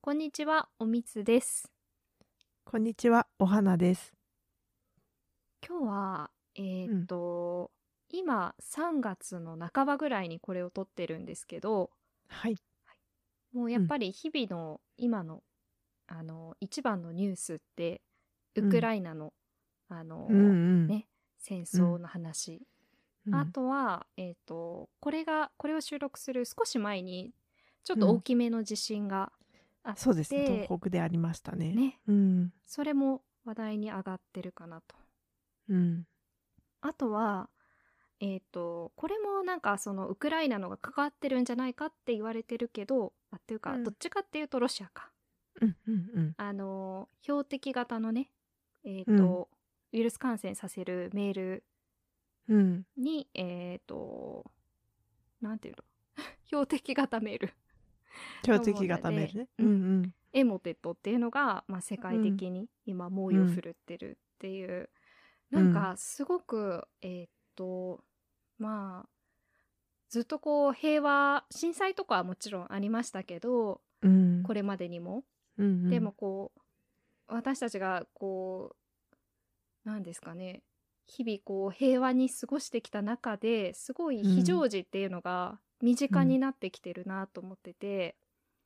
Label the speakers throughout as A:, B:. A: こんにちは、おみつです。
B: こんにちは、お花です。
A: 今日は、えー
B: うん
A: っと、今3月の半ばぐらいにこれを撮ってるんですけど、
B: はい。
A: もうやっぱり日々の今の、あの、一番のニュースって、ウクライナの、あの、
B: うんうん。
A: ね戦争の話、
B: うん
A: あとは、えーっと、これが、これを収録する少し前に、ちょっと大きめの地震があって、
B: そうですね。東北でありましたね。
A: ね、
B: うん。
A: それも話題に上がってるかなと。
B: うん。
A: あとは、えっ、と、これもなんかそのウクライナのが関わってるんじゃないかって言われてるけど、あっていうか、
B: うん
A: どっちかっていうとロシアか。
B: うんうんうん。
A: あの、標的型のね、えっ、と、ウイルス感染させるメール
B: うん。
A: に、えっ、と、なんていうの 標的型メール。
B: 強敵型メールね。
A: と
B: う
A: 思うん
B: ん
A: エモテットっていうのが、まあ、世界的に今猛威を振るってるっていう、
B: うん
A: なんかすごくえーっとまあずっとこう平和震災とかはもちろんありましたけど
B: うん。うん。
A: これまでにも、
B: うんうん。
A: でもこう私たちがこうなんですかね日々こう平和に過ごしてきた中ですごい非常時っていうのが身近になってきてるなと思ってて。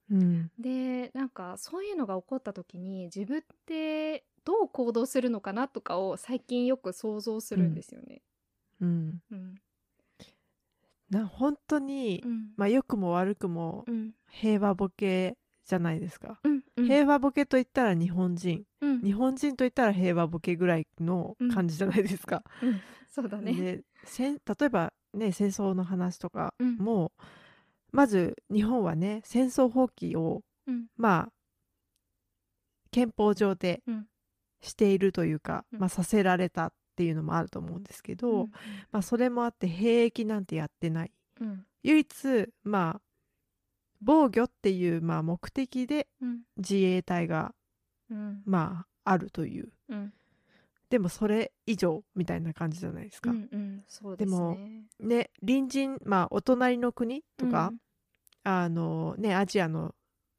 B: うん。
A: でなんかそういうのが起こった時に自分ってどう行動するのかなとかを最近よく想像するんですよね。
B: うん。
A: うん
B: な、本当に
A: う、ん
B: まあ、良くも悪くも
A: うん
B: 平和ボケじゃないですか。
A: うんうん
B: 平和ボケと言ったら日本人。
A: うん
B: 日本人と言ったら平和ボケぐらいの感じじゃないですか。
A: うんそうだね。
B: でせん例えばね戦争の話とか
A: うん
B: も、まず日本はね戦争放棄を
A: うん
B: まあ憲法上で
A: うん
B: しているというか、
A: うん
B: まあ、させられたっていうのもあると思うんですけど、
A: うん
B: まあ、それもあって兵役なんてやってない
A: うん
B: 唯一まあ防御っていう、まあ、目的で
A: うん
B: 自衛隊が
A: うん
B: まああるという
A: うん
B: でもそれ以上みたいな感じじゃないです
A: う
B: か。
A: んうんそうです
B: でも
A: ね。
B: ね隣人まあお隣の国とか、あのねアジアの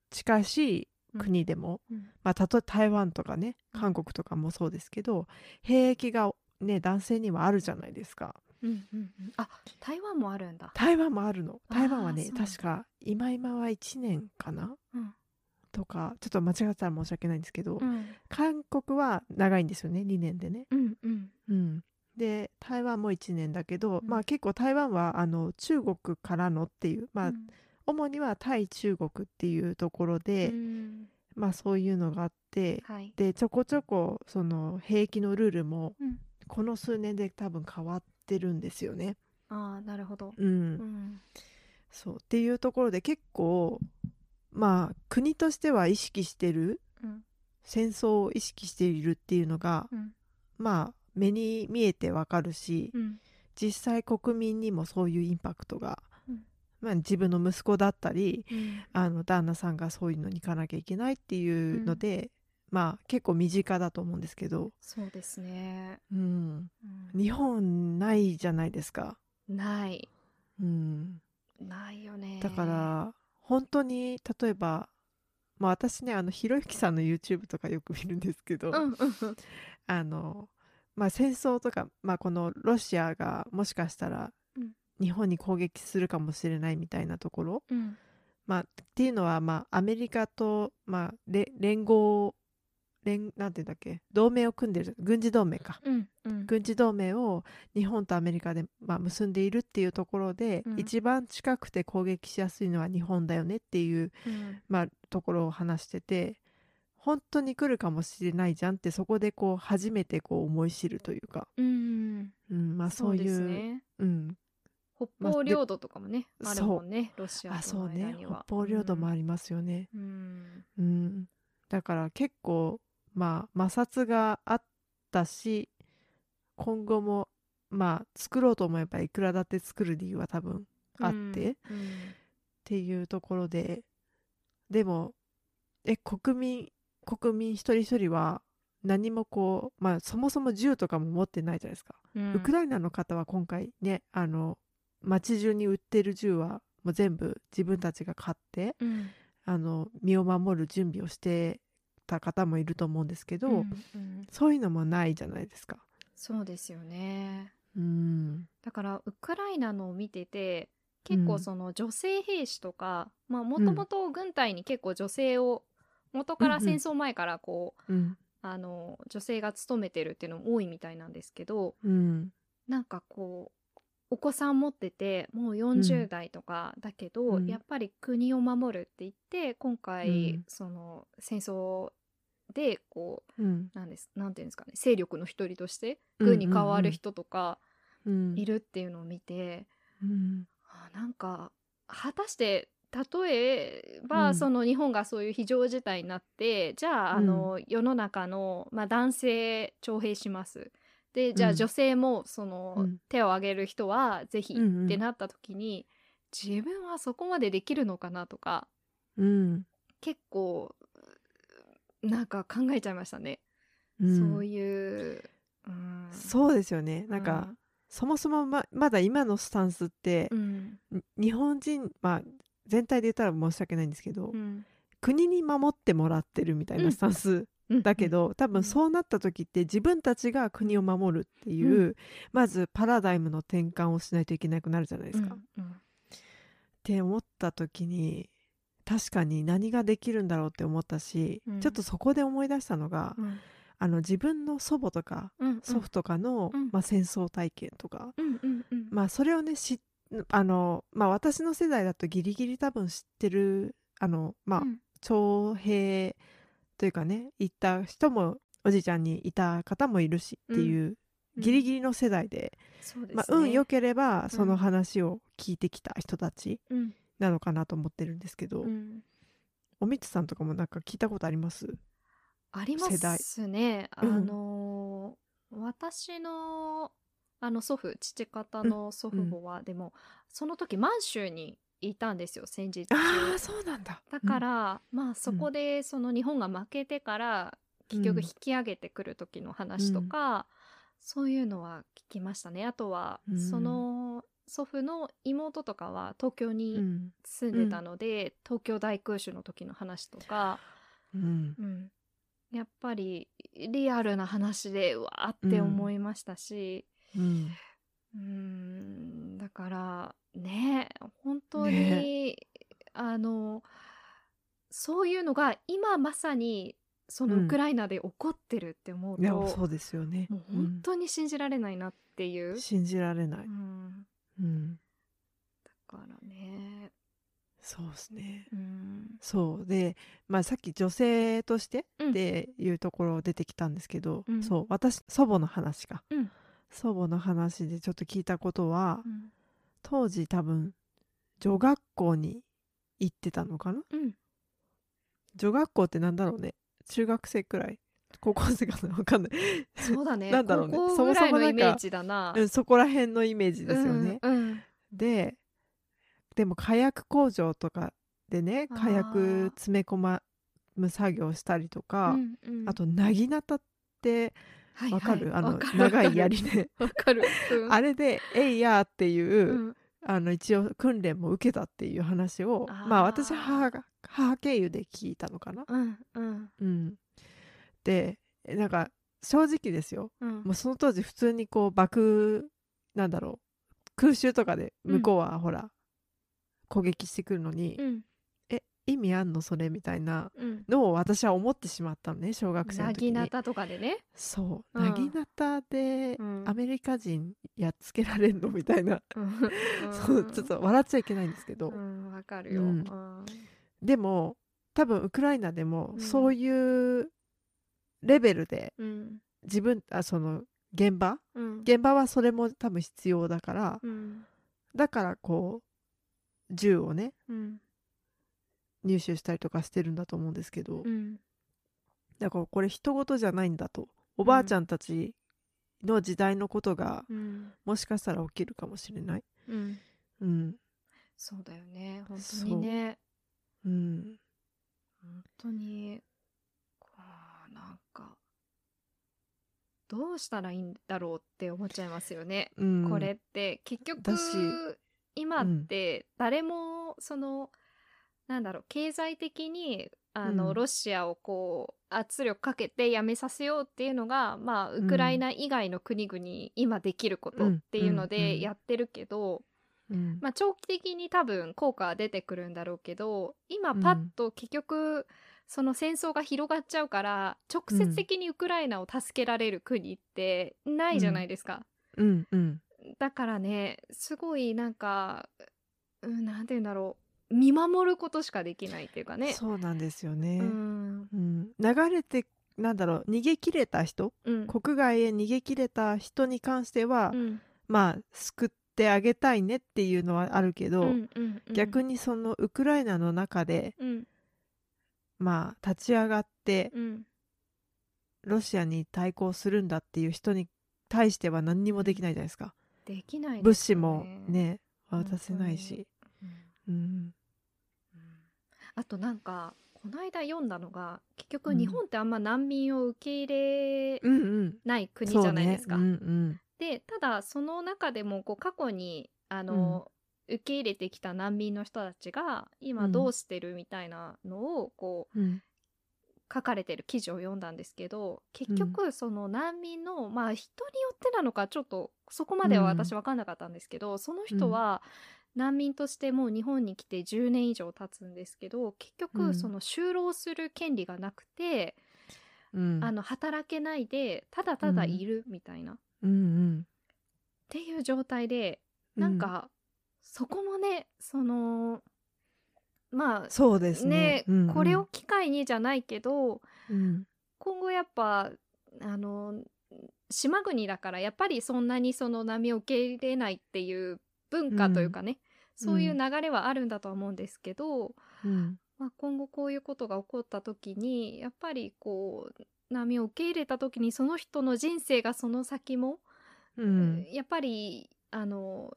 B: 近しい国でも、
A: うんうん
B: まあ、例えば台湾とかね
A: うん
B: 韓国とかもそうですけど兵役がね男性にはあるじゃないですか
A: うんうんうんあ台湾もあるんだ。
B: 台湾もあるの
A: あー
B: 台湾はね
A: そうなんだ
B: 確か今今は1年かな
A: うん
B: とかちょっと間違ってたら申し訳ないんですけど、
A: うん
B: 韓国は長いんですよね2年でね、
A: うんうん
B: うん、で台湾も1年だけど、
A: うん
B: まあ結構台湾はあの中国からのっていうまあ、
A: うん
B: 主には対中国っていうところで、
A: うん
B: まあそういうのがあって
A: はい
B: でちょこちょこその兵役のルールも
A: うん
B: この数年で多分変わってるんですよね。
A: ああなるほど。
B: うん
A: うん
B: そうっていうところで結構まあ国としては意識してる
A: うん
B: 戦争を意識しているっていうのが
A: うん
B: まあ目に見えてわかるし
A: うん
B: 実際国民にもそういうインパクトが、
A: うん
B: まあ、自分の息子だったり
A: うん
B: あの旦那さんがそういうのに行かなきゃいけないっていうので、まあ結構身近だと思うんですけど、
A: そうですね。
B: うん、
A: うん
B: 日本ないじゃないですか、
A: ない
B: うん、
A: ないよね
B: だから本当に例えば、まあ、私ねあのひろゆきさんの YouTube とかよく見るんですけど、
A: うんうんうん
B: あのまあ、戦争とか、まあ、このロシアがもしかしたら
A: うん
B: 日本に攻撃するかもしれないみたいなところ、
A: うん
B: まあ、っていうのは、まあ、アメリカと、まあ、れ連合連なんていうんだっけ同盟を組んでる軍事同盟か
A: うんうん
B: 軍事同盟を日本とアメリカで、まあ、結んでいるっていうところで、
A: うん
B: 一番近くて攻撃しやすいのは日本だよねっていう、
A: うん
B: まあ、ところを話してて本当に来るかもしれないじゃんってそこでこう初めてこう思い知るというか、
A: うん
B: うんまあ、
A: そ
B: そううい
A: で
B: う
A: すね
B: うん、
A: 北方領土とかもね
B: ま
A: あ
B: あ
A: る
B: で
A: もんねロシア
B: あ
A: と
B: そ
A: の
B: う
A: 間
B: ね
A: には
B: 北方領土もあ
A: り
B: りますよね。
A: うん
B: うん、だから結構まあ摩擦があったし今後もまあ作ろうと思えばいくらだって作る理由は多分あって、っ
A: うん
B: ていうところででもえ国民国民一人一人は何もこうまあそもそも銃とかも持ってないじゃないですか、
A: うん
B: ウクライナの方は今回ねあの街中に売ってる銃はもう全部自分たちが買って
A: うん
B: あの身を守る準備をしてた方もいると思うんですけど、
A: うんうん
B: そういうのもないじゃないですか。
A: そうですよね
B: うん、
A: だからウクライナのを見てて
B: うん
A: 結構その女性兵士とかまあもともと軍隊に結構女性を元か
B: う
A: ら
B: んうん
A: 戦争前からこう、
B: うん、
A: あの女性が勤めてるっていうのも多いみたいなんですけど
B: うん、
A: なんかこうお子さん持っててもう
B: うん
A: 40代とかだけど、
B: うん
A: やっぱり国を守るって言って今回、
B: うん
A: その戦争でこう
B: うん、
A: なんですなんていうんですかね勢力の一人として軍に変わる人とか
B: うん、
A: いるっていうのを見て、
B: うん、
A: あなんか果たして例えば、
B: うん
A: その日本がそういう非常事態になってじゃああの、世の中の、まあ、男性徴兵しますでじゃ
B: う
A: あ
B: ん
A: 女性もその、
B: うん
A: 手を挙げる人はぜひ
B: うんうん
A: ってなった時に、自分はそこまでできるのかなとか
B: うん、
A: 結構なんか考えちゃいましたね、
B: うん
A: そういう、うん、
B: そうですよね。なんか、そもそもままだ今のスタンスって
A: う、ん、
B: に日本人まあ全体で言ったら申し訳ないんですけど、
A: うん
B: 国に守ってもらってるみたいなスタンス
A: うん、
B: だけど、多
A: う
B: 分
A: ん
B: そうなった時って自分たちが国を守るっていう、
A: う
B: まずパラダイムの転換をしないといけなくなるじゃないで
A: う
B: す
A: ん、
B: か。っ
A: うん
B: て思った時に確かに何ができるんだろうって思ったし、
A: うん
B: ちょっとそこで思い出したのが、
A: うん
B: あの自分の祖母とか
A: うんうん
B: 祖父とかの、
A: うん
B: まあ、戦争体験とか、
A: うんうんうん
B: まあそれをねしあのまあ私の世代だとギリギリ多分知ってるあのまあ、
A: うん
B: 徴兵というかね行った人もおじいちゃんにいた方もいるしっていう、
A: うん
B: ギリギリの世代で、
A: そうですね
B: まあ、運良ければその
A: うん
B: 話を聞いてきた人たち
A: うん
B: なのかなと思ってるんですけど、
A: うん
B: おみつさんとかもなんか聞いたことあります
A: ありま
B: 世代
A: すね。あ
B: うん
A: のー私のあの祖父父方の祖父母は、でもその時満州にいたんですよ戦時中。
B: ああそうなんだ
A: だから、まあそこでその日本が負けてから結局引き上げてくる時の話とか、そういうのは聞きましたね。あとは、
B: うん
A: その祖父の妹とかは東京
B: う
A: に
B: ん、
A: 住んでたので、東京大空襲の時の話とか。
B: うん
A: うん、やっぱりリアルな話でうわーって思いましたし、
B: うん
A: うん、だからね本当に、あのそういうのが今まさにそうの
B: ん
A: ウクライナで起こってるって思うと、
B: いや
A: もう
B: そうですよね
A: 本当に信じられないなっていうう、
B: ん信じられない、
A: うん、
B: うん、
A: だからね、
B: そうですね
A: うん、
B: そうで、まあ、さっき女性として
A: うん
B: っていうところ出てきたんですけど、
A: うん
B: そう私祖母の話か、
A: うん
B: 祖母の話でちょっと聞いたことは、
A: うん
B: 当時多分女学校に行ってたのかな
A: うん
B: 女学校ってなんだろうね中学生くらい高校生かな分かんない、
A: そうだね
B: なんだろうね
A: 高
B: そ
A: 校
B: も
A: ぐ
B: そ
A: ら
B: も
A: いの
B: なんか
A: イメージだな
B: うん、そこら辺のイメージですよね、
A: うんうん
B: ででも火薬工場とかでね
A: あー
B: 火薬詰め込む作業したりとか、
A: うんうん
B: あとなぎなたって
A: はい
B: わかる、
A: はい
B: あ
A: わ
B: の
A: かる
B: 長
A: わか
B: い
A: る
B: 槍で、
A: わかる。うん
B: あれで「えいや」っていう、
A: うん
B: あの一応訓練も受けたっていう話を
A: あー
B: まあ私は母が母経由で聞いたのかな。
A: うんうん
B: うん、でえなんか正直ですよ
A: うん
B: もうその当時普通にこう爆なんだろう空襲とかで向こうはほら、攻撃してくるのに、
A: うん
B: え意味あんのそれみたいな
A: うん。
B: のを私は思ってしまったのね小学生の
A: な
B: 時
A: ぎ
B: に。
A: なたとかでね。
B: そう、
A: うん
B: なぎなたで
A: うん
B: アメリカ人やっつけられんのみたいな、
A: うん
B: そうちょっ。と笑っちゃいけないんですけど、
A: うんわかるよ。
B: う
A: うんん
B: でも多分ウクライナでも
A: うん
B: そういうレベルで
A: うん
B: 自分あその現場
A: うん
B: 現場はそれも多分必要だから
A: うん
B: だからこう銃をね
A: うん
B: 入手したりとかしてるんだと思うんですけど、
A: うん
B: だからこれ人事じゃないんだとおばあちゃんたちの時代のことが
A: うん
B: もしかしたら起きるかもしれない。
A: うん。
B: うん
A: そうだよね。本当にね。
B: うん、
A: 本当に。あーなんか。どうしたらいいんだろうって思っちゃいますよね。
B: うん
A: これって結
B: だし
A: 局今って誰もその、なんだろう経済的にあの、
B: うん
A: ロシアをこう圧力かけてやめさせようっていうのが、まあ、ウクライナ以外の国々今できることっていうの
B: うんうんう
A: で
B: ん
A: やってるけど、
B: うん
A: まあ、長期的に多分効果は出てくるんだろうけど今パッと結局その戦争が広がっちゃうから直接的にウクライナを助けられる国ってないじゃないですか。
B: うんうん
A: だからねすごいなんか、うん、なんて言うんだろう見守ることしかできないっていうかね。
B: そうなんですよ
A: う
B: ね、
A: ん
B: うん流れてなんだろう逃げ切れた人
A: うん
B: 国外へ逃げ切れた人に関しては、
A: うん
B: まあ救ってあげたいねっていうのはあるけど、
A: うんうんうん
B: 逆にそのウクライナの中で
A: うん
B: まあ立ち上がって
A: うん
B: ロシアに対抗するんだっていう人に対しては何にもできないじゃないですか
A: できないで
B: 物
A: す
B: 資
A: よね
B: もね
A: 本当に
B: 渡せないし、
A: うん
B: うん、
A: あとなんかこの間読んだのが結
B: う
A: 局
B: ん
A: 日本ってあんま難民を受け入れ
B: うんうん
A: ない国じ
B: そう
A: ゃないですか。
B: ねうん
A: でただその中でもこう過去にあの、受け入れてきた難民の人たちが今どうしてるみたいなのをこう
B: うんうん
A: 書かれてる記事を読んだんですけど結局その難民の、まあ人によってなのかちょっとそこまでは私分かんなかったんですけど、その人は難民としてもう日本に来て10年以上経つんですけど結
B: う
A: 局
B: ん
A: その就労する権利がなくて、
B: うん
A: あの働けないでただただいるみたいな、っ
B: うんうん
A: ていう状態でなんか、そこもねそのまあ
B: そうです
A: ね
B: ねうんうん
A: これを機会にじゃないけど、
B: うん
A: 今後やっぱあの島国だからやっぱりそんなにその波を受け入れないっていう文化というかね、そういう流れはあるんだとは思うんですけど、
B: うん
A: まあ、今後こういうことが起こった時にやっぱりこう波を受け入れた時にその人の人生がその先も、
B: うん
A: やっぱりあの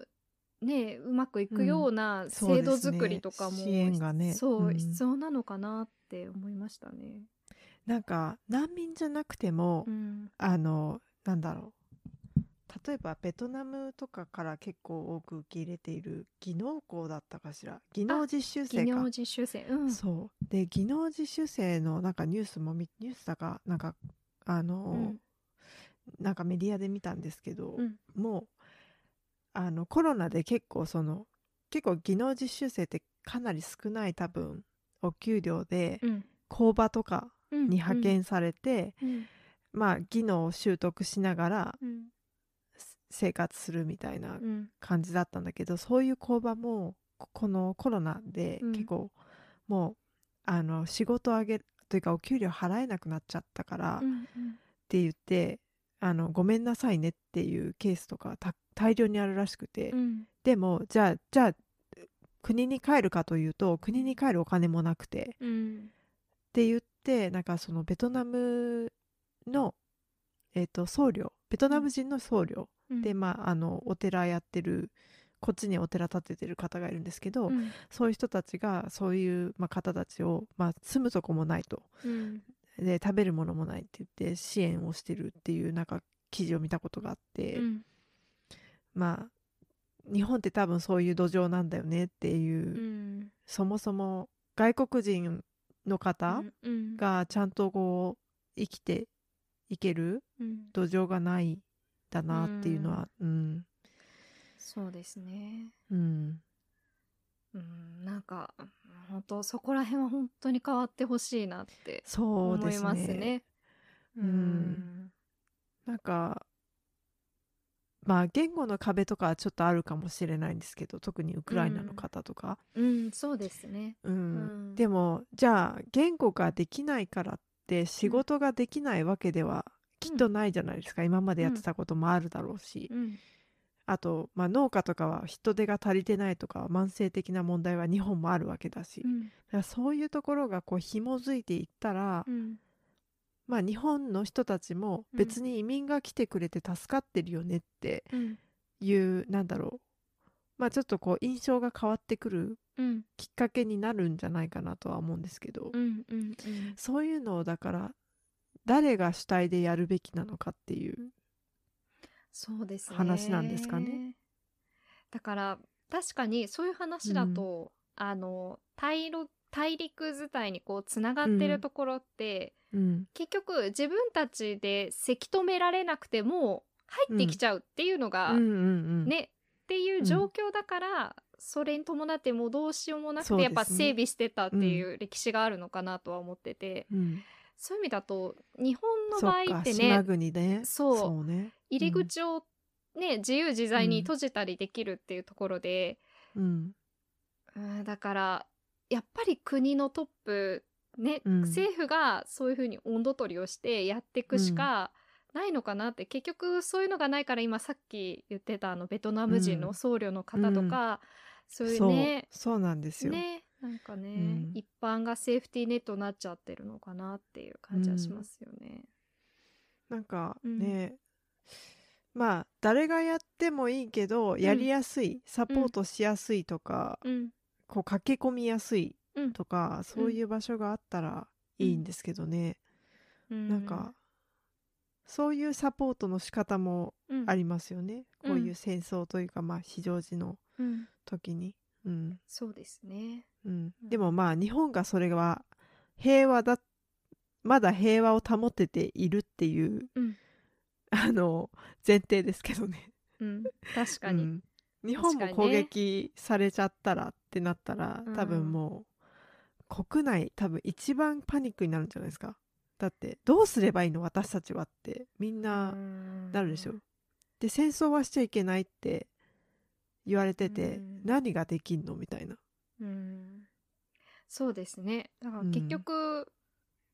A: ねうまくいくような
B: そう
A: 制
B: です
A: 度
B: ね
A: 作りとかも、
B: 支援がね
A: そう、
B: うん
A: 必要なのかなって思いましたね。
B: なんか難民じゃなくても、
A: うん、
B: あのなんだろう例えばベトナムとかから結構多く受け入れている技能校だったかしら技能実習
A: 技
B: 生か
A: 能実習生、うん、
B: そうで技能実習生のなんかニュースもみニュースだかなんかあの、
A: うん
B: なんかメディアで見たんですけど、
A: うん
B: もうあのコロナで結構その結構技能実習生ってかなり少ない多分お給料で
A: うん
B: 工場とか
A: うん
B: に派遣されて、
A: うん
B: まあ技能を習得しながら
A: うん
B: せ生活するみたい
A: う
B: な
A: ん
B: 感じだったんだけどそういう工場もここのコロナで
A: うん
B: 結構もう、あの仕事あげというかお給料払えなくなっちゃったから
A: う
B: っ
A: んうん
B: て言って、あのごめんなさいねっていうケースとかた大量にあるらしくて、
A: うん
B: でもじゃあじゃあ国に帰るかというと国に帰るお金もなくてっ
A: うん
B: て言ってなんかそのベトナムの、えっと僧侶ベトナム人の僧侶、
A: うん
B: でまああのお寺やってるこっちにお寺建ててる方がいるんですけど、
A: うん
B: そういう人たちがそういう、まあ、方たちを、まあ、住むとこもないと
A: うん
B: で食べるものもないって言って支援をしてるっていうなんか記事を見たことがあって、
A: うん
B: まあ日本って多分そういう土壌なんだよねっていう、
A: うん
B: そもそも外国人の方
A: うん
B: がちゃんとこう生きていける
A: うん
B: 土壌がないんだなっていうのはうん、
A: そうですね
B: うん、
A: うんなんか本当そこら辺は本当に変わってほしいなって
B: そ
A: 思
B: うで
A: い
B: す
A: ま
B: ね
A: すね。
B: うんなんかまあ言語の壁とかはちょっとあるかもしれないんですけど特にウクライナの方とか、
A: うんうんそうですね。
B: うん
A: うん
B: でもじゃあ言語ができないからって仕事ができないわけではきっとないじゃないですか、今までやってたこともあるだろうし、
A: うん
B: あと、まあ、農家とかは人手が足りてないとか慢性的な問題は日本もあるわけだし、
A: う
B: だ
A: ん
B: からそういうところがこう紐づいていったら、
A: うん
B: まあ、日本の人たちも
A: うん
B: 別に移民が来てくれて助かってるよねって
A: うん
B: いう、なんだろう、まあ、ちょっとこう印象が変わってくる
A: うん
B: きっかけになるんじゃないかなとは思うんですけど、
A: うんうんうん
B: そういうのをだから誰が主体でやるべきなのかっていう。
A: そうですね
B: 話なんですかね。
A: だから確かにそういう話だと、あの対ロ大陸伝いにこうつながって
B: う
A: る
B: ん
A: ところって、
B: うん
A: 結局自分たちでせき止められなくても入ってきちゃうっていうのが、
B: うんうん
A: ねっていう状況だから、それに伴ってもうどうしようもなく
B: そう
A: て、
B: で
A: やっ
B: すね
A: ぱ整備してたっていう歴史があるのかなとは思ってて、
B: うん
A: そういう意味だと日本の
B: そ
A: 場
B: っ
A: 合っ
B: か
A: て
B: 島
A: ね
B: 国ね
A: そう
B: そうね
A: 入り口をね自由自在に閉じたりできるっていうところで、
B: うん
A: うんだからやっぱり国のトップね、
B: うん
A: 政府がそういうふうに温度取りをしてやっていくしかないのかなって、結局そういうのがないから今さっき言ってたあのベトナム人
B: うん
A: の僧侶の方とか、そういう
B: そう
A: ね
B: そうなんですよ
A: ねなんかね、
B: うん
A: 一般がセーフティーネットになっちゃってるのかなっていう感じはしますよね。
B: なんか
A: うん
B: ね、まあ誰がやってもいいけどやりやすい、サポートしやすいとか、
A: うん、
B: こう駆け込みやすい
A: うん
B: とか、そういう場所があったらいいんですけどね、
A: うん
B: なんか、そういうサポートの仕方も
A: うん
B: ありますよね、
A: うん
B: こういう戦争というかまあ非常時の
A: うん
B: 時に、うん
A: そうですね。
B: うん、
A: うん
B: でもまあ日本がそれは平和だまだ平和を保てているっていう
A: うん、
B: あの前提ですけどね
A: うん、確かに、
B: うん日本も
A: 確か
B: 攻
A: にね
B: 撃されちゃったらってなったら、
A: うん
B: 多分もう国内多分一番パニックになるんじゃないですかだってどうすればいいの私たちはってみんな
A: な
B: なるでしょ、で戦争はしちゃいけないって言われてて、
A: うん
B: 何ができんのみたいな
A: うんそうですね。だから
B: うん
A: 結局、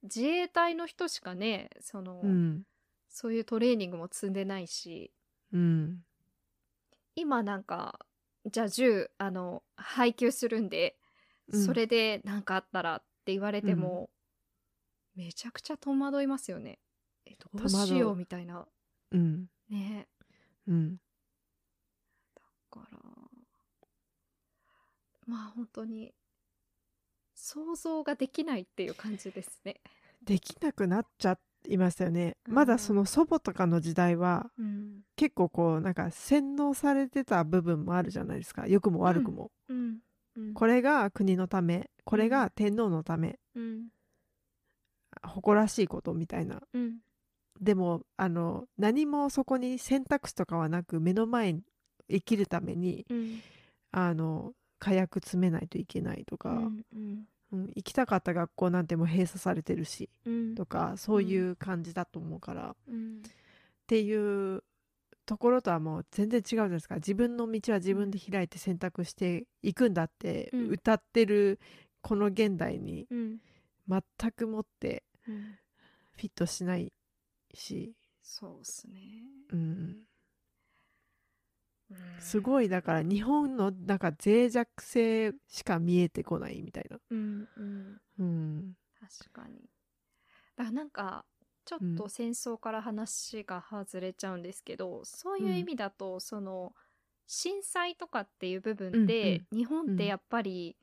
A: 自衛隊の人しかね、その、
B: うん
A: そういうトレーニングも積んでないし、
B: うん
A: 今なんか、じゃあ銃、あの、配給するんで、
B: うん
A: それで何かあったらって言われても、めちゃくちゃ戸惑いますよね。え、どうしよ
B: 戸惑
A: う
B: う
A: みたいな。
B: うん
A: ね。
B: うん
A: だから、まあ本当に、想像ができないっていう感じですね。
B: できなくなっちゃいましたよね、
A: うん
B: まだその祖母とかの時代は
A: うん。
B: 結構こうなんか洗脳されてた部分もあるじゃないですか良くも悪くも、
A: うん。うん
B: これが国のためこれが天皇のため
A: うん
B: 誇らしいことみたいな
A: うん
B: でもあの何もそこに選択肢とかはなく目の前に生きるために
A: うん
B: あの火薬詰めないといけないとか、
A: うんうん
B: うん行きたかった学校なんてもう閉鎖されてるし
A: うん
B: とかそういう感じだと思うから、っ
A: うん
B: ていうところとはもう全然違うじゃないですか自分の道は自分で開いて選択していくんだって
A: うん
B: 歌ってるこの現代に
A: うん
B: 全くもって
A: うん
B: フィットしないし、
A: そうっすね。
B: うん、
A: うん
B: すごいだから日本のなんか脆弱性しか見えてこないみたいな。
A: うんうん
B: うん、
A: 確かに。だからなんかちょっ
B: う
A: と
B: ん
A: 戦争から話が外れちゃうんですけど、そういう意味だとその震災とかっていう部分で、日本ってやっぱり、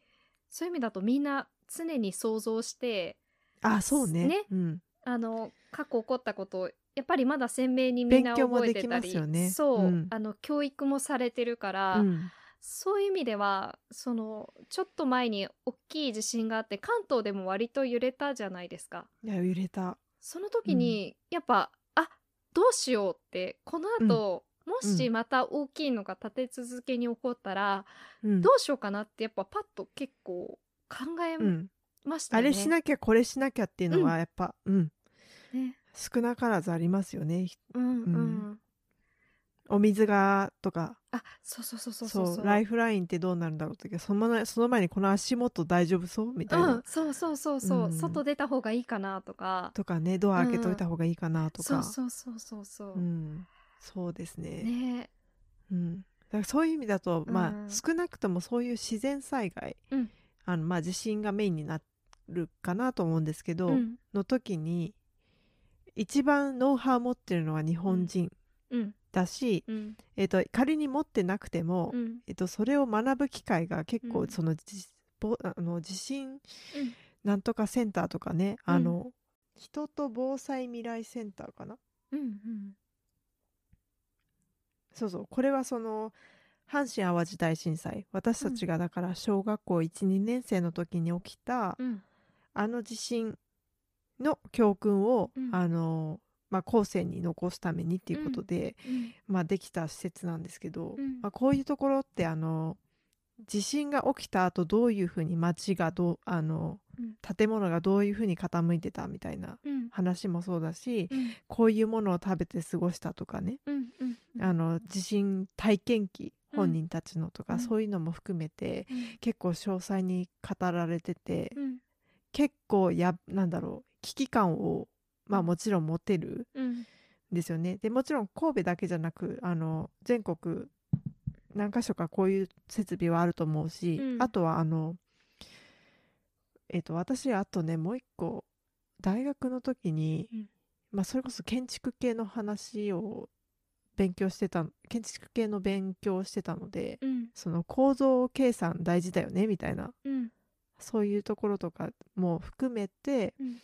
A: そういう意味だとみんな常に想像して
B: あそうね
A: ね
B: うん
A: あの過去起こったことをやっぱりまだ鮮明にみんな覚えてた
B: 勉強もで
A: り、
B: きますよね
A: そう、
B: うん
A: あの教育もされてるから、
B: うん
A: そういう意味ではそのちょっと前に大きい地震があって関東でも割と揺れたじゃないですか。
B: いや揺れた。
A: その時にやっぱ、あどうしようってこの後、もしまた大きいのが立て続けに起こったら、
B: うん
A: どうしようかなってやっぱパッと結構考え
B: うん
A: ました
B: あ
A: よね。
B: れしなきゃこれしなきゃっていうのはやっぱ、うん
A: ね
B: 少なからずありますよね。
A: うんうん、
B: うんお水がとか
A: あそうそうそうそ
B: そう
A: うそうそう
B: ライフラインってどうなるんだろうとかそのその前にこの足元大丈夫そうみたいな、
A: うん、そうそうそうそう、
B: うん
A: 外出た方がいいかなとか
B: とかねドア開けといた方がいいかなとか、
A: そうそうそうそうそう、
B: うんそうですね。
A: ね
B: うん、だからそういう意味だと、まあ
A: うん
B: 少なくともそういう自然災害、
A: うん
B: あのまあ、地震がメインになるかなと思うんですけど、
A: うん
B: の時に一番ノウハウ持ってるのは日本人
A: うん
B: だし、
A: うん
B: えっと仮に持ってなくても、
A: うん
B: えっとそれを学ぶ機会が結
A: う
B: 構
A: ん
B: そのじ、ぼあの地震なんとかセンターとかね、あの人と防災未来センターかな
A: うんうん
B: そうそうこれはその阪神・淡路大震災私たちがだから小学校12年生の時に起きた、
A: うん
B: あの地震の教訓を、
A: うん
B: あのまあ、後世に残すためにっていうことで、まあ、できた施設なんですけど、
A: うん
B: まあ、こういうところってあの地震が起きた後どういうふうに町がどうあの
A: うん
B: 建物がどういうふうに傾いてたみたいな
A: うん
B: 話もそうだし
A: うん
B: こういうものを食べて過ごしたとかね
A: うんうん
B: あの地震体験記
A: うん
B: 本人たちのと
A: う
B: か、
A: ん
B: そういうのも含めて
A: うん
B: 結構詳細に語られてて、
A: うん
B: 結構やなんだろう危機感をまあもちろん持てる
A: うん
B: んですよね。でもちろん神戸だけじゃなくあの全国何か所かこういう設備はあると思うし、
A: うん
B: あとはあのえっ、と私あとねもう一個大学の時に、
A: うん
B: まあそれこそ建築系の話を勉強してた建築系の勉強をしてたので、
A: うん
B: その構造計算大事だよねみたいな
A: うん
B: そういうところとかも含めて、
A: うん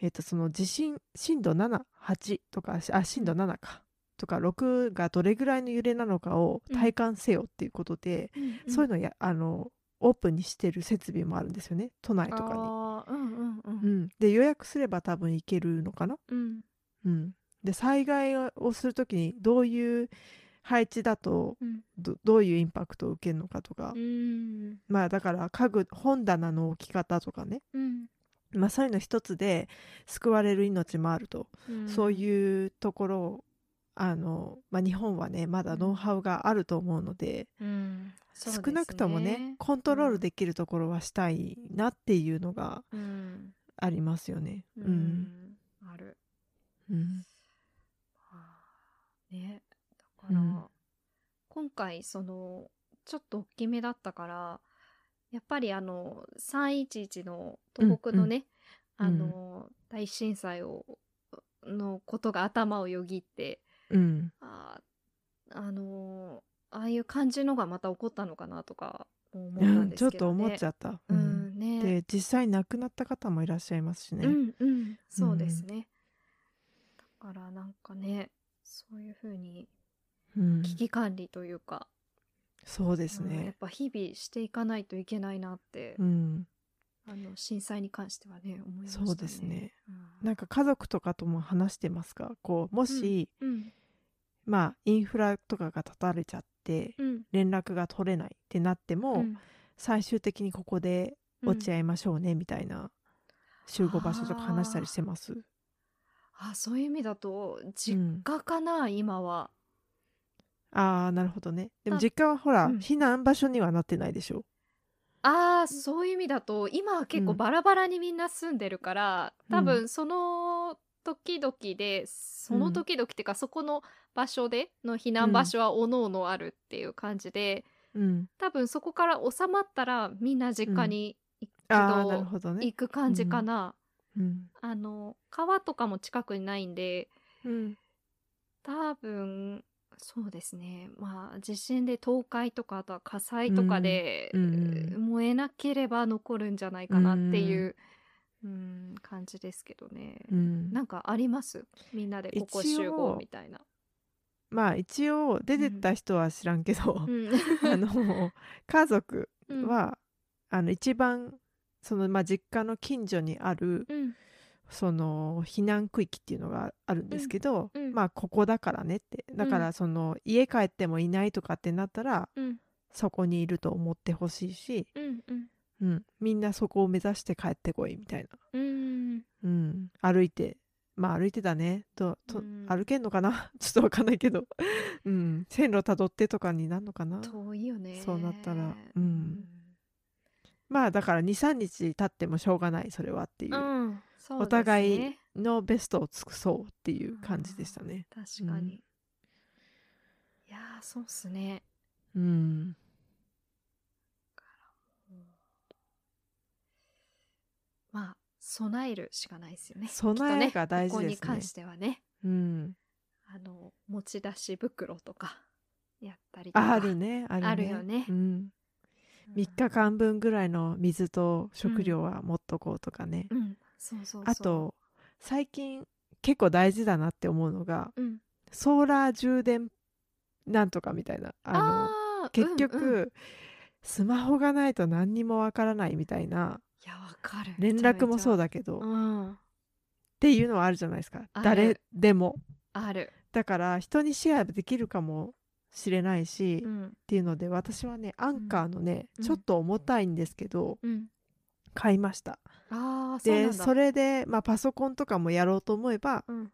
B: えっ、とその地震震度78とかあ震度7か、とか6がどれぐらいの揺れなのかを体感せよっていうことで、
A: うん
B: そういうのをやあのオープンにしてる設備もあるんですよね都内とか
A: あーうんうんう
B: に。うんん、で予約すれば多分行けるのかな。
A: うん
B: うん、で災害をするときにどういう配置だと
A: うん
B: どどういうインパクトを受けるのかとか、
A: うん
B: まあだから家具本棚の置き方とかね
A: うん
B: まあ、そういうの一つで救われる命もあると、
A: うん
B: そういうところをあの、まあ、日本はねまだノウハウがあると思うので,、
A: うんそうですね
B: 少なくともねコントロールできるところはしたいなっていうのが
A: うん
B: ありますよね。
A: う
B: うん
A: んある
B: うん
A: あーねだから、
B: うん
A: 今回そのちょっと大きめだったからやっぱりあの311の東北のね、
B: うんうん
A: あの大震災をのことが頭をよぎって
B: うん
A: あーあのああいう感じのがまた起こったのかなとか思ったん
B: うん
A: で
B: ちょ
A: す
B: っ
A: け
B: と
A: どね。
B: 思っちゃった。
A: う
B: うん
A: んね、
B: で実際亡くなった方もいらっしゃいますしね。
A: うんうん、そうですね。だからなんかね、そういうふうに
B: うん
A: 危機管理というか、
B: そうです
A: うんやっ
B: ね、
A: ぱ日々していかないといけないなって、
B: うん、
A: あの震災に関してはね思いましたね。
B: そうですね。
A: うん。
B: なんか家族とかとも話してますかこうもし、
A: うん
B: まあインフラとかが断たれちゃって
A: うん
B: 連絡が取れないってなっても、
A: うん
B: 最終的にここで落ち合いましょうねみたいな集合場所とか話したりしてます。
A: あそういう意味だと
B: う
A: 実
B: ん
A: 家かな、今は。
B: ああなるほどね。でも
A: あ
B: 実家はほら、
A: うん
B: 避難場所にはなってないでしょ。
A: ああそういう意味だと今は結構
B: うん
A: バラバラにみんな住んでるから、
B: うん
A: 多分その時々でその時々っていうか、そこの場所での避難場所はおのおのあるっていう感じで、
B: うん。
A: 多分そこから収まったらみんな実家に一
B: ああなる
A: 度
B: ほどね
A: 行。く感じかな。
B: うん。
A: あの川とかも近くにないんで
B: うん。
A: 多分そうですねまあ地震で倒壊とかあとは火災とかで、
B: うんうん
A: 燃えなければ残るんじゃないかなっていう、うん感じですけどね、
B: うん
A: なんかありますみんなでここ集
B: 一
A: 合
B: 応
A: みたいな。
B: まあ一応出てった人は知らんけど、
A: うん
B: あの家族
A: うん
B: は、あの一番そのまあ実家の近所にある
A: うん
B: その避難区域っていうのがあるんですけど、
A: うんうん
B: まあここだからねってだか
A: う
B: ら
A: ん
B: その家帰ってもいないとかってなったら
A: うん
B: そこにいると思ってほしいし、
A: うんうん
B: うん、みんなそこを目指して帰ってこいみたいな、
A: うん
B: うん、歩いてまあ歩いてだねとと、
A: うん
B: 歩けんのかな ちょっとわかんないけど、うん、線路たどってとかになるのかな
A: 遠いよね
B: そうなったらうんまあだから23日経ってもしょうがないそれはっていう、
A: うんそうですね
B: お互いのベストを尽くそうっていう感じでしたね。
A: 確かに、
B: うん
A: いやーそうっすね
B: うん
A: まあ備えるしかないですよね。
B: 備え
A: きっと
B: が大事ですね
A: ここに関してはね、
B: うん
A: あの持ち出し袋とかやったりとか。
B: あるねあるね
A: あるよね
B: うん、
A: うん
B: 3日間分ぐらいの水と食料は持っとこうとかね、
A: うん、そうそうそう。
B: あ、と最近結構大事だなって思うのが
A: うん、
B: ソーラー充電なんとかみたいなあの
A: ああ
B: 結局、
A: うんうん
B: スマホがないと何にもわからないみたいない
A: やわかる
B: 連絡もそう
A: だ
B: だけど、
A: う
B: っ
A: ん
B: ていうのはあるじゃないですか
A: ある
B: 誰でも
A: ある
B: だから人にシェアできるかもしれないし、
A: う
B: っ
A: ん
B: ていうので私はねアンカーのね、
A: うん
B: ちょっと重たいんですけど、
A: うん
B: 買いました
A: ああそうな
B: で
A: んだ
B: それで、まあ、パソコンとかもやろうと思えば
A: うん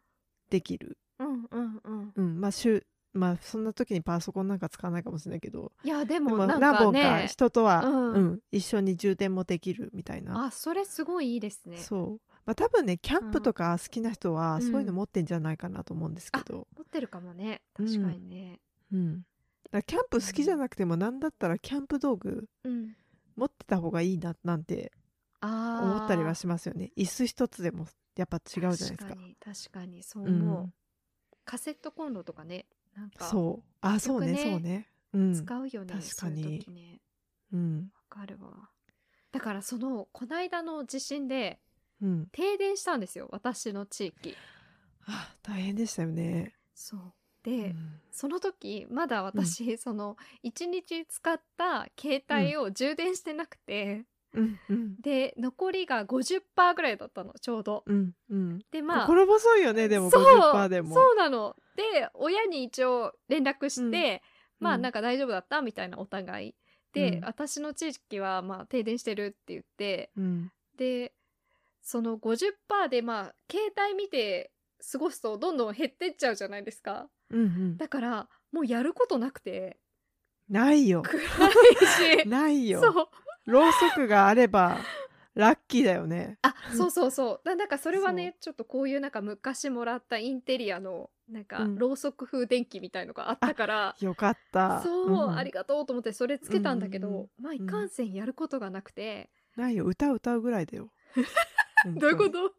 B: できる、
A: うんうんうん
B: うんまあ、しゅまあそんな時にパソコンなんか使わないかもしれないけど
A: いやで
B: で
A: も
B: も
A: なん
B: 何
A: か
B: 本か
A: ね
B: 人とは、
A: うん
B: うん一緒に充電もできるみたいな
A: あそれすごいいいですね
B: そう、まあ、多分ねキャンプとか好きな人
A: う
B: は
A: ん
B: そういうの持ってんじゃないかなと思うんですけど、
A: 持ってるかもね
B: うん
A: 確かにね
B: うんだからキャンプ好きじゃなくても何だったらキャンプ道具
A: うん
B: 持ってた方がいいななんて
A: ああ
B: 思ったりはしますよね椅子一つでもやっぱ違うじゃないですか
A: 確かに確かにそう
B: うん
A: 思う、カセットコンロとかねなんか
B: そうあそうね
A: 結局ね
B: そうねうん
A: 使うよね、
B: 確かに
A: そういう時ね
B: うん
A: わかるわだからそのこないだの地震で
B: うん
A: 停電したんですよ私の地域
B: あ大変でしたよね、
A: そうで、
B: うん
A: その時まだ私、その1日使った携帯を充電してなくて、
B: うんうん
A: で残りが50%ぐらいだったのちょうど
B: うんうん
A: でまあ
B: 心細いよねでも
A: そう
B: 50%でも
A: そうなので親に一応連絡して、
B: うん
A: まあ
B: うん
A: なんか大丈夫だったみたいなお互いで、
B: うん
A: 私の地域はまあ停電してるって言って
B: うん
A: でその50%でまあ携帯見て過ごすとどんどん減ってっちゃうじゃないですか
B: うんうん
A: だからもうやることなくて
B: ないよ
A: 暗い
B: ない
A: し
B: よ
A: そう
B: ろうそくがあればラッキーだよね
A: あそうそうそうだなんかそれはねちょっとこういうなんか昔もらったインテリアのなんか
B: うん
A: ろうそく風電気みたいのがあったから、
B: よかった
A: そう、
B: ん
A: ありがとうと思ってそれつけたんだけど、
B: うんうん
A: まあいかんせんやることがなくて、
B: ないよ歌歌うぐらいだよ本当 に
A: どういうこと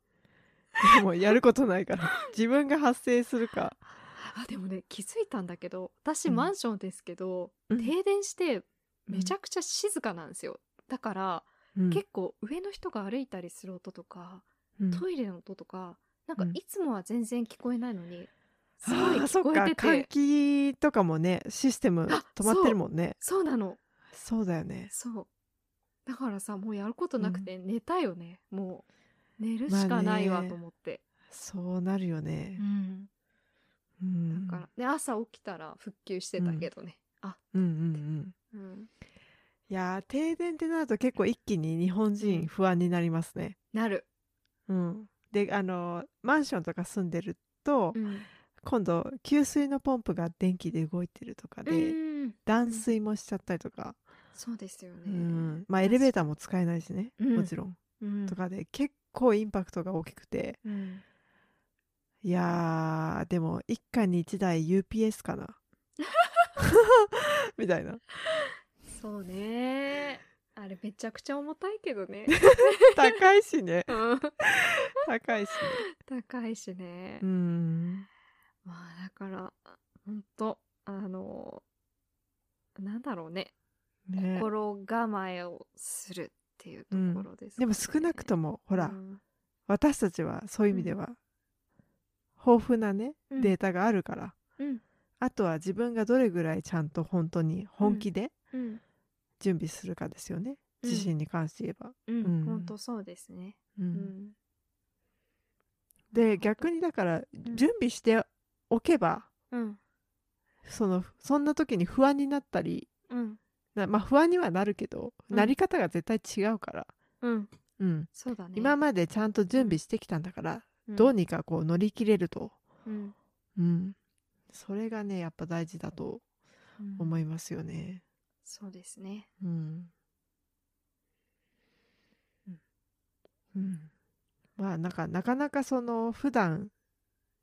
B: でもやることないから自分が発生するか
A: あでもね気づいたんだけど私
B: うん
A: マンションですけど、
B: うん
A: 停電してめちゃくちゃ静かなんですよ、だから、
B: うん
A: 結構上の人が歩いたりする音とか、
B: うん
A: トイレの音とかなんか
B: うん
A: いつもは全然聞こえないのにすごい
B: あーそ
A: 聞
B: っ
A: こ
B: か
A: えて
B: 換
A: て
B: 気とかもねシステム
A: あ
B: 止まってるもんね
A: そうなの
B: そうだよね
A: そうだからさもうやることなくて寝たよね、もう寝る
B: まあ
A: し
B: ね
A: かないわと思って、
B: そうなるよね
A: うん
B: うん
A: だから、で朝起きたら復旧してたけどね、あ
B: うんうんうん
A: うん
B: いやー停電ってなると結構一気に日本人不安になりますね
A: なる、
B: うんであのーマンションとか住んでると、
A: うん
B: 今度給水のポンプが電気で動いてるとかで、
A: うん
B: 断水もしちゃったりとか、
A: そうですよね、
B: うんまあエレベーターも使えないしね、
A: うん
B: もちろん、
A: うん
B: とかで結構インパクトが大きくて
A: うん
B: いやーでも一家に一台 UPS かな みたいな
A: そうねあれめちゃくちゃ重たいけど ね、
B: 高いしね
A: うん
B: 高いしね
A: 高いしね、
B: うん
A: まあだからほんとあのなんだろうね
B: ね
A: 心構えをするっていうところですかね、
B: でも少なくともほ
A: ほ
B: ら、私たちはそういう意味では、豊富なね
A: うん
B: データがあるから、
A: うん
B: あとは自分がどれぐらいちゃんと本当に本気で
A: うん
B: 準備するかですよね、
A: うん
B: 地震に関して言えば。
A: うん、
B: うん
A: ほんとそうですね
B: う
A: うんん
B: で逆にだから準備しておけば
A: うん
B: そのそんな時に不安になったり
A: うん
B: なまあ不安にはなるけど、
A: うん
B: なり方が絶対違うから、
A: うん
B: うん
A: そうだね
B: 今までちゃんと準備してきたんだから、どうにかこう乗り切れると、
A: うん
B: うん、それがねやっぱ大事だと
A: うん
B: 思いますよね。
A: そうですね
B: うん
A: うん
B: うんまあなんかなかなかその普段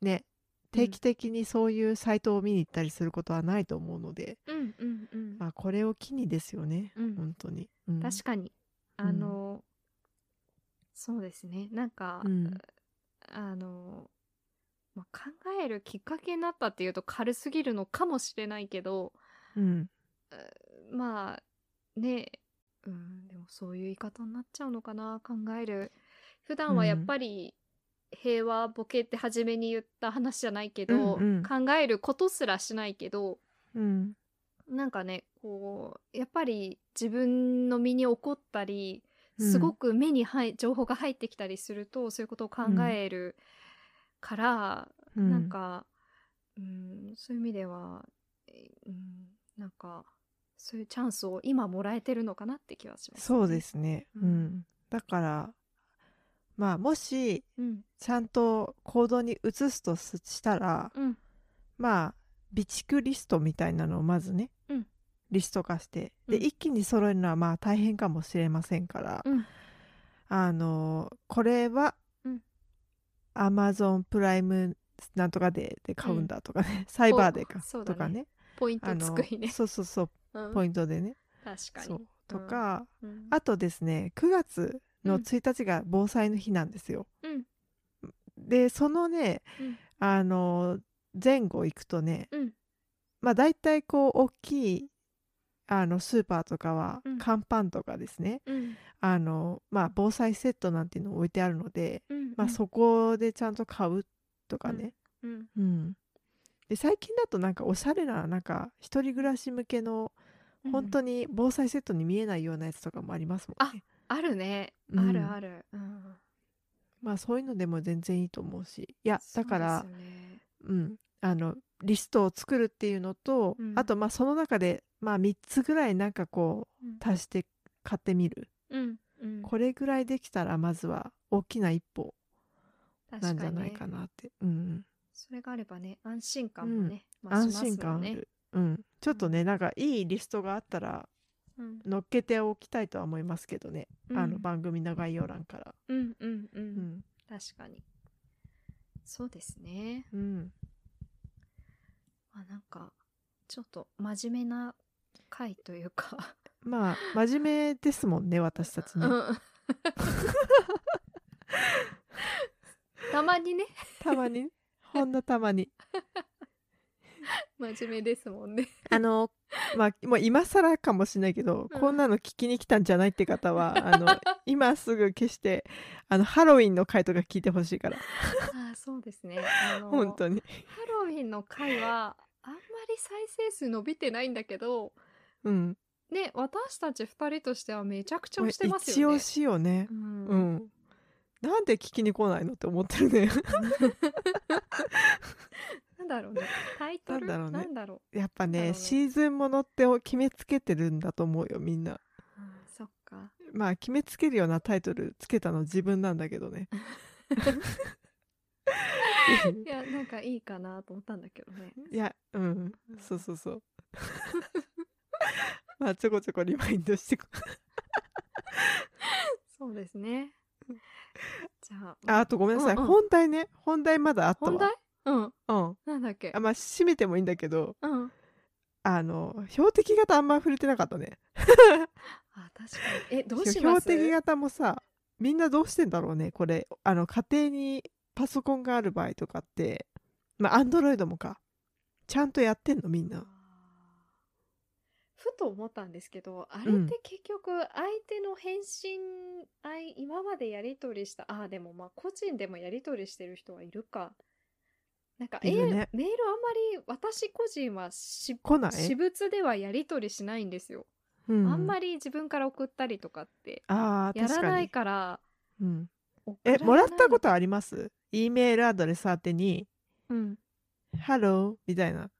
B: ね定期的にそういうサイトを見に行ったりすることはないと思うので、
A: うんうんうん
B: まあ、これを機にですよね、
A: うん
B: 本当に。うん
A: 確かに
B: うん
A: あの、そうですねなんか、
B: うん
A: あの、まあ、考えるきっかけになったっていうと軽すぎるのかもしれないけど
B: うん
A: まあねうんでもそういう言い方になっちゃうのかな考える普段はやっぱり平和ボケって初めに言った話じゃないけど、
B: うんうん
A: 考えることすらしないけど
B: うん
A: なんかねこうやっぱり自分の身に起こったり
B: うん
A: すごく目に入情報が入ってきたりするとそういうことを考えるから、
B: うん
A: なんか、うん、そういう意味では、えうん、なんかそういうチャンスを今もらえてるのかなって気はします、
B: そうで。すね、
A: う
B: うんんだからまあもし
A: うん、
B: ちゃんと行動に移すとすしたら
A: うん、
B: まあ備蓄リストみたいなのをまずね、
A: うん
B: リスト化してで、
A: うん
B: 一気に揃えるのはまあ大変かもしれませんから、
A: うん、
B: あのこれは
A: うん
B: アマゾンプライムなんとかでで買うんだとかね、 サイバーでか
A: そうだね
B: とかね
A: ポイント
B: あ
A: つ
B: の
A: く日ね。
B: そうそうそう
A: うん
B: ポイントでね、
A: 確か
B: そ
A: に
B: う。とか、
A: うん
B: あとですね9月
A: う
B: の
A: ん
B: 1日が防災の日なんですよ。
A: うん、
B: でそのね
A: うん、
B: あの前後行くとね
A: うん、
B: まあ大体こう大きいあのスーパーとかは
A: うん
B: 乾パンとかですね、
A: うん、
B: あのまあ防災セットなんていうのを置いてあるので、
A: うん、
B: まあそこでちゃんと買うとかね、
A: うん、
B: うんで最近だとなんかおしゃれななんか一人暮らし向けの
A: うん、
B: 本当に防災セットに見えないようなやつとかもありますもんね。
A: あるね。
B: うん
A: あるある。うん。
B: まあそういうのでも全然いいと思うしいやだから
A: そうですよね
B: うんあのリストを作るっていうのと、
A: うん
B: あとまあその中でまあ3つぐらいなんかこ
A: うん
B: う足して買ってみる、
A: うん、うん、
B: これぐらいできたらまずは大きな一歩
A: 確
B: なん
A: に
B: じゃないかなって、うん
A: それがあればね、安心感もね、増し
B: 安
A: ますもん
B: 心感あ
A: ね。
B: る、うん、ちょっとねなんかいいリストがあったら
A: うん、
B: 乗っけておきたいとは思いますけどね、
A: うん
B: あの番組の概要欄から。
A: うん、うん、う、
B: うんん
A: 確かに。そうですね。
B: うん
A: あ、なんか、ちょっと真面目な回というか。
B: まあ真面目ですもんね私たちね。
A: うん たまにね、
B: たまにほんのたまに
A: 真面目ですも んね。
B: あのまあもう今更かもしれないけど、
A: うん
B: こんなの聞きに来たんじゃないって方 はあの今すぐ消してあのハロウィンの回とか聞いてほしいから
A: あー、そうですね。あの
B: 本当に
A: ハロウィンの回はあんまり再生数伸びてないんだけど、
B: うん
A: ね、私たち2人としてはめちゃくちゃ押してます
B: 一
A: よね。
B: 押しよね
A: う、
B: うんん、なんで聞きに来ないのって思ってるね
A: なんだろうね。タイトル
B: な
A: なん
B: だろうね
A: んだろう,、
B: やっぱね
A: なるほど
B: シーズンものってを決めつけてるんだと思うよみんな
A: そっか。
B: まあ決めつけるようなタイトルつけたの自分なんだけ どね
A: いや、なんかいいかなと思ったんだけどね。
B: いや、うん、そうそ うそう。まあ、ちょこちょこリマインドしてこ。
A: そうですね。じゃあ、
B: あ、あとごめんなさい、
A: うんうん
B: 本題ね、本題まだあったわ。
A: 本題うん。
B: うん、
A: なんだっけ
B: あ、。まあ、締めてもいいんだけど、
A: うん。
B: あの、標的型あんま触れてなかったね。
A: あ、確かに。え、どうしま
B: 標
A: す
B: 的型もさ、みんなどうしてんだろうね、これ、あの、家庭にパソコンがある場合とかって。まあ、アンドロイドもか。ちゃんとやってんの、みんな。
A: ふと思ったんですけどあれっ
B: うん
A: て結局相手の返信、あい今までやり取りしたあーでもまあ個人でもやり取りしてる人はいるかなんか、
B: い
A: え
B: るね
A: メールあんまり私個人はし
B: 来ない。
A: 私物ではやり取りしないんですよ、あんま
B: り。
A: り自分から送ったりとかって
B: ああ、
A: や
B: 確
A: ら
B: か
A: な
B: に
A: い。から
B: うん。
A: 送
B: え、
A: ない
B: もらったことあります ?E メールアドレス宛てに、
A: うん
B: ハローみたいな。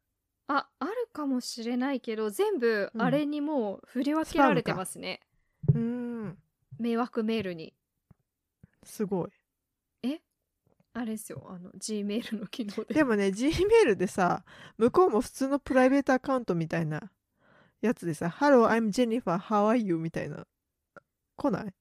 A: ああるかもしれないけど全部
B: うん
A: あれにもう振り分けられてますね、
B: うーん、
A: 迷惑メールに
B: すごい。
A: あれですよ、あの、G メールの機能で。
B: でもね、G メールでさ、向こうも普通のプライベートアカウントみたいなやつでさ、ハロー、I'm Jennifer, how are you? みたいな。来ない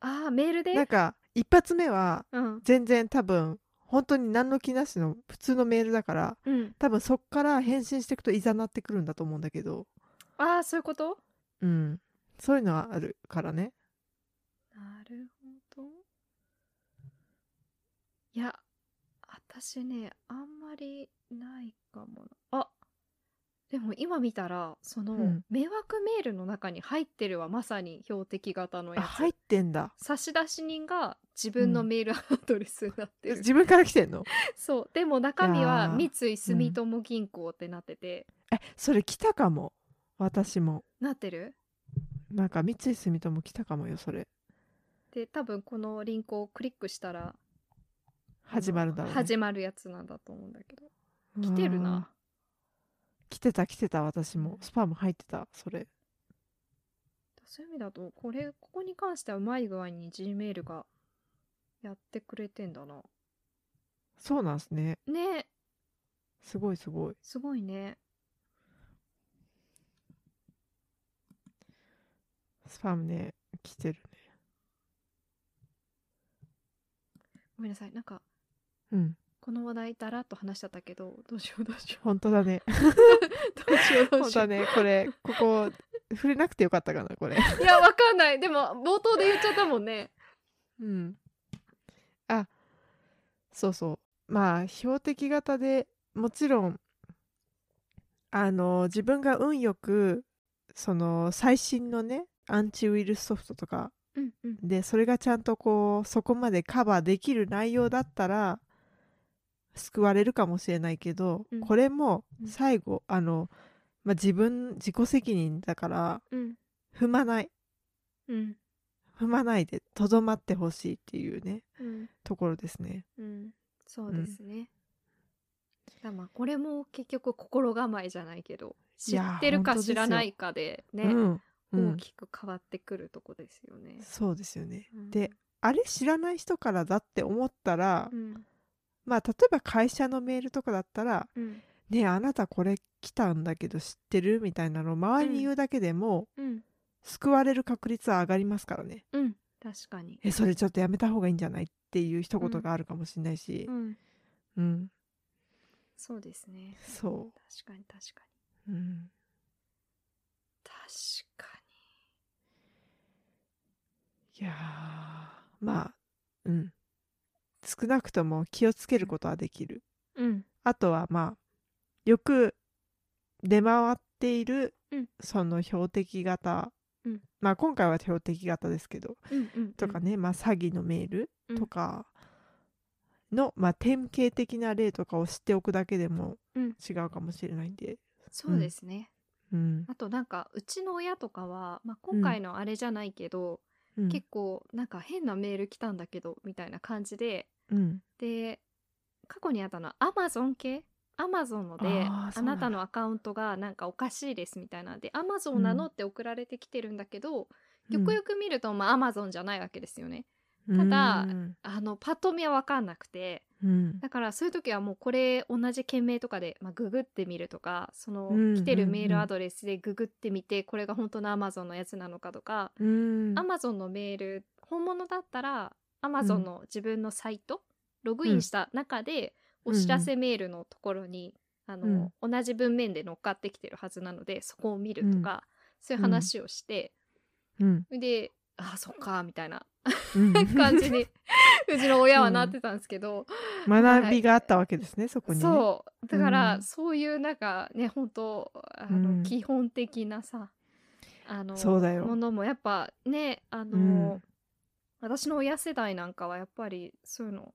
A: ああ、メールで
B: なんか、一発目は
A: うん。
B: 全然多分、本当に何の気なしの普通のメールだから、
A: うん。
B: 多分そっから返信していくといざなってくるんだと思うんだけど、
A: ああ、そういうこと
B: うん。そういうのはあるからね。
A: なるほど。いや、私ね、あんまりないかもな。あでも今見たら、その、
B: うん
A: 迷惑メールの中に入ってるはまさに標的型の
B: あ、
A: やつ。
B: 入ってんだ。
A: 差出人が自分の
B: うん
A: メールアドレスになってる。
B: 自分から来てんの
A: そう。でも中身
B: いや
A: は
B: ー
A: 三井住友銀行ってなってて、
B: えそれ来たかも私も
A: なってる
B: なんか三井住友来たかもよそれ
A: で多分このリンクをクリックしたら
B: 始まるだろう、ね、
A: 始まるやつなんだと思うんだけど来てるな
B: あー来てた来てた私もスパム入ってたそれ
A: そういう意味だとこれここに関してはうまい具合に G メールがやってくれてんだな
B: そうなんですね
A: ね
B: すごいすごい
A: すごいね
B: スパムね来てるね
A: ごめんなさいなんか
B: うん
A: この話題だらっと話しちゃったけどどうしようどうしよう
B: 本当だね
A: どうしよう どう
B: 本
A: し
B: 当
A: よ
B: だ
A: う、
B: ねこれここ触れなくてよかったかなこれ
A: いやわかんないでも冒頭で言っちゃったもんね
B: うん。あ、そうそう。まあ、標的型でもちろん、あの、自分が運よく、その、最新のね、アンチウイルスソフトとか
A: うんうん
B: で、それがちゃんとこう、そこまでカバーできる内容だったら、救われるかもしれないけど、
A: うん
B: これも
A: うん
B: 最後、あの、まあ、自分、自己責任だから、
A: うん
B: 踏まない、
A: うん
B: 踏まないで、とどまってほしいっていうね、
A: うん
B: ところですね。
A: うんそうですね、だからまあこれも結局心構えじゃないけど
B: い
A: 知
B: や
A: ってる
B: 本
A: か
B: 当です
A: 知
B: よ
A: らないかでね
B: うんうん
A: 大きく変わってくるとこですよね。
B: そうですよね。
A: うん
B: であれ知らない人からだって思ったら、
A: うん
B: まあ例えば会社のメールとかだったら
A: うん
B: 「ねえあなたこれ来たんだけど知ってる?」みたいなのを周りに言うだけでも、
A: うん
B: 救われる確率は上がりますからね。
A: うん確かに。
B: えそれちょっとやめた方がいいんじゃないっていう一言があるかもしれないし、
A: うん
B: うん
A: そうですね。
B: そ
A: 確かに確かに
B: う、うん、
A: 確か
B: いやーまあうん少なくとも気をつけることはできる。
A: に。うん
B: あとはまあよく出回っている、
A: うん
B: その標的型、
A: うん
B: まあ今回は標的型ですけど
A: うんうん
B: とかね、まあ詐欺のメールとかの、まあ典型的な例とかを知っておくだけでも
A: うん
B: 違うかもしれないんで、
A: そうですね。
B: うん
A: あとなんかうちの親とかはまあ今回のあれじゃないけど、
B: うん
A: 結構なんか変なメール来たんだけどみたいな感じで
B: うん
A: で過去にあったのはアマゾン系アマゾンので
B: あ
A: あ
B: ーそうなんだ
A: なたのアカウントがなんかおかしいですみたいなんでアマゾンなのって送られてきてるんだけど、よくよく見るとまあアマゾンじゃないわけですよね
B: うん
A: ただ
B: うん
A: あのパッと見は分かんなくて
B: うん
A: だからそういう時はもうこれ同じ件名とかで、まあ、ググってみるとかその
B: うん
A: 来て
B: う
A: る
B: ん
A: メールアドレスでググってみてこれが本当のアマゾンのやつなのかとか、
B: うん
A: アマゾンのメール本物だったらアマゾンの自分のサイト、ログインした中で、
B: うん
A: お知らせメールのところに、あの同じ文面で乗っかってきてるはずなのでそこを見るとか、そういう話をして、
B: うん
A: で「あそっか」みたいな
B: うん
A: 感じにうちの親はなってたんですけど、
B: 学びがあったわけですね、そこにね、
A: そうだか
B: う
A: ら
B: ん
A: そういうなんかね本当あの、
B: うん
A: 基本的なさあの
B: そうだよ
A: ものもやっぱねあの、
B: うん
A: 私の親世代なんかはやっぱりそういうの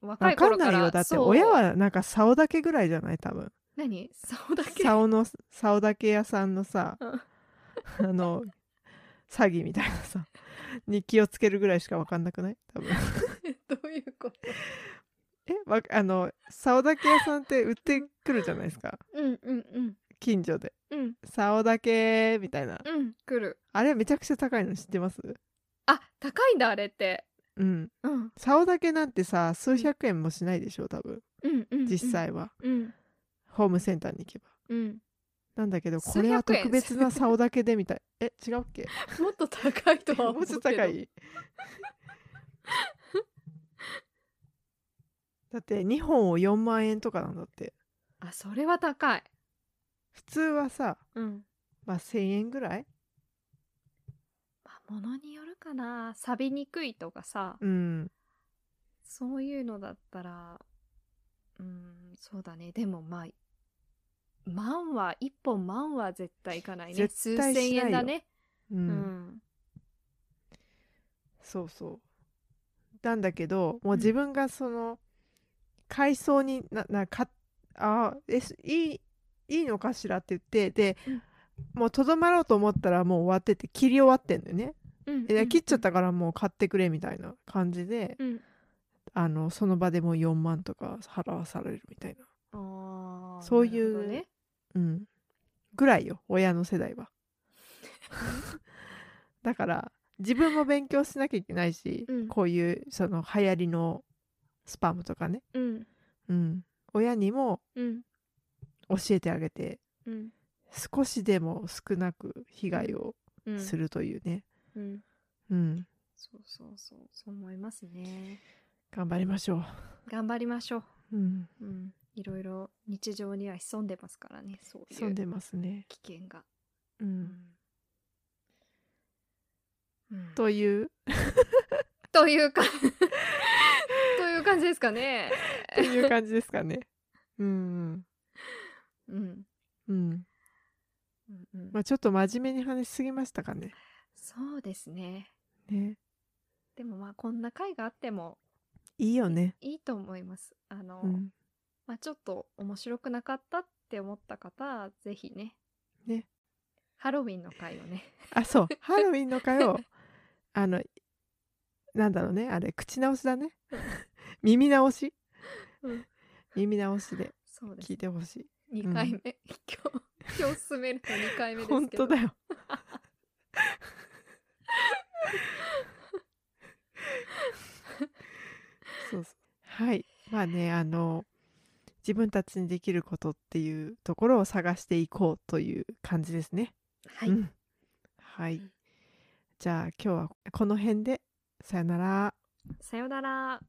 A: 若
B: わ
A: い
B: か
A: 頃
B: ん
A: か
B: ない
A: ら
B: よだって
A: そう
B: 親はなんか竿だけぐらいじゃない多分
A: 何そうだ け
B: 竿の竿だけ屋さんのさ
A: うん
B: あの詐欺みたいなさに気をつけるぐらいしかわかんなくない多分
A: どういうこと
B: えわあの竿だけ屋さんって売ってくるじゃないです か
A: うんうんうん
B: 近所で
A: うん
B: 竿だけみたいな
A: うん来る
B: あれめちゃくちゃ高いの知ってます
A: あ高いんだあれって
B: うん
A: うん
B: 竿だけなんてさ数百円もしないでしょ多分
A: うんうんうん
B: 実際は、
A: うん
B: ホームセンターに行けば
A: うん
B: なんだけどこれは
A: 数百円
B: 特別な竿だけでみたいえ違うっけ
A: もっと高いとは 思
B: も
A: う
B: う
A: け
B: ちょ
A: ど
B: っと高 いだって2本を4万円とかなんだって
A: あそれは高い
B: 普通はさ、
A: うん
B: まあ、1,000円ぐらい
A: まあ、ものによるかな錆びにくいとかさ、
B: うん
A: そういうのだったらうんそうだねでもまあ万は一本万は絶対いかないね
B: 絶
A: 数
B: 対しない
A: 千
B: よ
A: 円だね
B: うん、
A: うん
B: そうそうなんだけどもう自分がその改装にななかあーえすいいいいのかしらって言ってで、
A: うん
B: もうとどまろうと思ったらもう終わってて切り終わってんだよね。
A: うん
B: で切っちゃったからもう買ってくれみたいな感じで、
A: うん
B: あのその場でもう4万とか払わされるみたいな、
A: あー
B: そういう
A: なるほどね
B: うん、ぐらいよ親の世代 は。だから自分も勉強しなきゃいけないし、
A: うん
B: こういうその流行りのスパムとかね、
A: うん
B: うん、親にも
A: うん
B: 教えてあげて
A: うん
B: 少しでも少なく被害を
A: うん
B: するというね、
A: うん
B: うん、
A: そうそうそうそう思いますね
B: 頑張りましょ
A: 頑張りましょう
B: う。うん、
A: うん、いろいろ日常には潜んでますからねそうい
B: 潜ん
A: う
B: でますね。
A: 危険が。
B: う、
A: うんんうん
B: という
A: という かという感じですかね。
B: という感じですかね。うん
A: うん
B: うんうん
A: うんうん
B: まあ、ちょっと真面目に話しすぎましたかね。
A: そうですね。
B: ね
A: でもまあこんな回があっても
B: いいよね。
A: いいと思います。あの、
B: うん、
A: まあちょっと面白くなかったって思った方ぜひね
B: ね
A: ハロウィンの回を ね
B: あそうハロウィンの会をあのなんだろうねあれ口直しだね耳直し、
A: うん
B: 耳直しで
A: そうです
B: 聞いてほしい。
A: 2回目、今日今日進めると2回目ですけど
B: 本当だよ。そうそうはいまあねあの自分たちにできることっていうところを探していこうという感じですね。
A: はい、
B: うんはい
A: うん
B: じゃあ今日はこの辺でさよなら。
A: さよなら。